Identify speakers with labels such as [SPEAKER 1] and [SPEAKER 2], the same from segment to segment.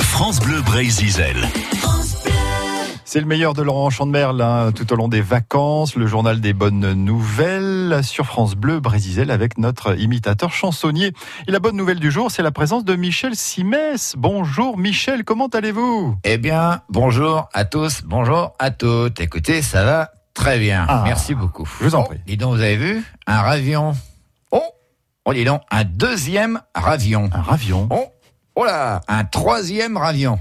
[SPEAKER 1] France Bleu Brézizel.
[SPEAKER 2] C'est le meilleur de Laurent Chandemerle hein, tout au long des vacances, le journal des bonnes nouvelles sur France Bleu Brézizel avec notre imitateur chansonnier. Et la bonne nouvelle du jour, c'est la présence de Michel Simès. Bonjour Michel, comment allez-vous
[SPEAKER 3] Eh bien, bonjour à tous, bonjour à toutes. Écoutez, ça va très bien.
[SPEAKER 2] Ah,
[SPEAKER 3] Merci beaucoup.
[SPEAKER 2] je vous en
[SPEAKER 3] Oh,
[SPEAKER 2] prie.
[SPEAKER 3] dis donc, vous avez vu Un ravion. Oh, oh, dis donc, un deuxième ravion.
[SPEAKER 2] Un ravion.
[SPEAKER 3] Oh, oh là, un troisième ravion.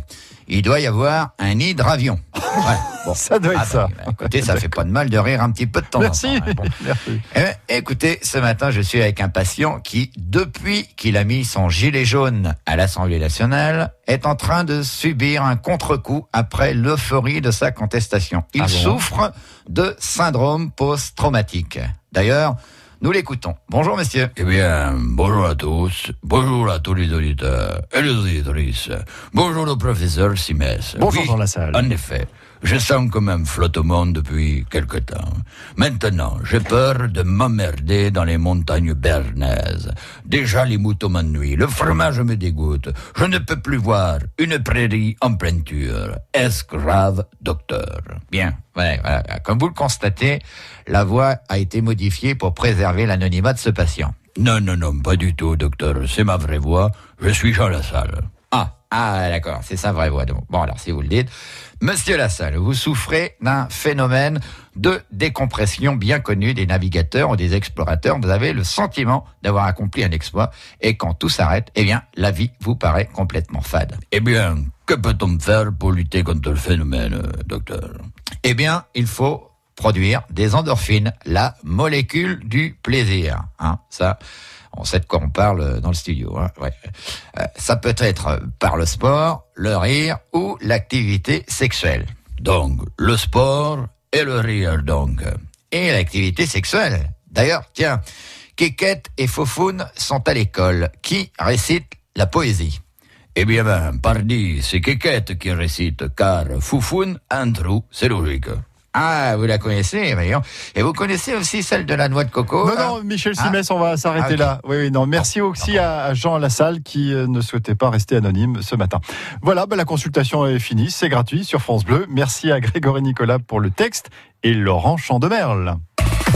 [SPEAKER 3] Il doit y avoir un nid de ravion. Ouais, bon.
[SPEAKER 2] Ça doit être
[SPEAKER 3] Ah,
[SPEAKER 2] ça.
[SPEAKER 3] bah, bah, écoutez, ça fait pas de mal de rire un petit peu de temps en
[SPEAKER 2] Merci.
[SPEAKER 3] temps. hein. Bon.
[SPEAKER 2] Merci.
[SPEAKER 3] Eh bien, écoutez, ce matin, je suis avec un patient qui, depuis qu'il a mis son gilet jaune à l'Assemblée nationale, est en train de subir un contre-coup après l'euphorie de sa contestation. Il
[SPEAKER 2] Ah bon
[SPEAKER 3] souffre de syndrome post-traumatique. D'ailleurs, nous l'écoutons. Bonjour, monsieur.
[SPEAKER 4] Eh bien, bonjour à tous, bonjour à tous les auditeurs et les auditrices, bonjour au professeur Simès.
[SPEAKER 2] Bonjour
[SPEAKER 4] Oui,
[SPEAKER 2] dans la salle.
[SPEAKER 4] En effet, je sens quand même flottement depuis quelque temps. Maintenant, j'ai peur de m'emmerder dans les montagnes bernaises. Déjà les moutons m'ennuient, le fromage me dégoûte, je ne peux plus voir une prairie en peinture. Est-ce grave, docteur
[SPEAKER 3] Bien, voilà, voilà. Comme vous le constatez, la voix a été modifiée pour préserver l'anonymat de ce patient.
[SPEAKER 4] Non, non, non, pas du tout, docteur, c'est ma vraie voix, je suis Jean Lassalle.
[SPEAKER 3] Ah, ah d'accord, c'est sa vraie voix. Donc. Bon, alors si vous le dites, Monsieur Lassalle, vous souffrez d'un phénomène de décompression bien connu des navigateurs ou des explorateurs. Vous avez le sentiment d'avoir accompli un exploit et quand tout s'arrête, eh bien, la vie vous paraît complètement fade.
[SPEAKER 4] Eh bien, que peut-on faire pour lutter contre le phénomène, euh, docteur
[SPEAKER 3] Eh bien, il faut produire des endorphines, la molécule du plaisir. Hein, ça, on sait de quoi on parle euh, dans le studio. hein, ouais. Euh, ça peut être euh, par le sport, le rire ou l'activité sexuelle.
[SPEAKER 4] Donc, le sport et le rire, donc.
[SPEAKER 3] et l'activité sexuelle. D'ailleurs, tiens, Kékette et Fofoun sont à l'école. Qui récite la poésie
[SPEAKER 4] Eh bien, ben, pardi, c'est Kékette qui récite, car Foufoun a un trou, c'est logique.
[SPEAKER 3] Ah, vous la connaissez, voyons. Et vous connaissez aussi celle de la noix de coco
[SPEAKER 2] Non,
[SPEAKER 3] hein
[SPEAKER 2] non, Michel Simès, on va s'arrêter
[SPEAKER 3] Ah, ok.
[SPEAKER 2] là. Oui, oui, non. Merci aussi à à Jean Lassalle qui euh, ne souhaitait pas rester anonyme ce matin. Voilà, bah, la consultation est finie. C'est gratuit sur France Bleu. Merci à Grégory Nicolas pour le texte et Laurent Chandemerle.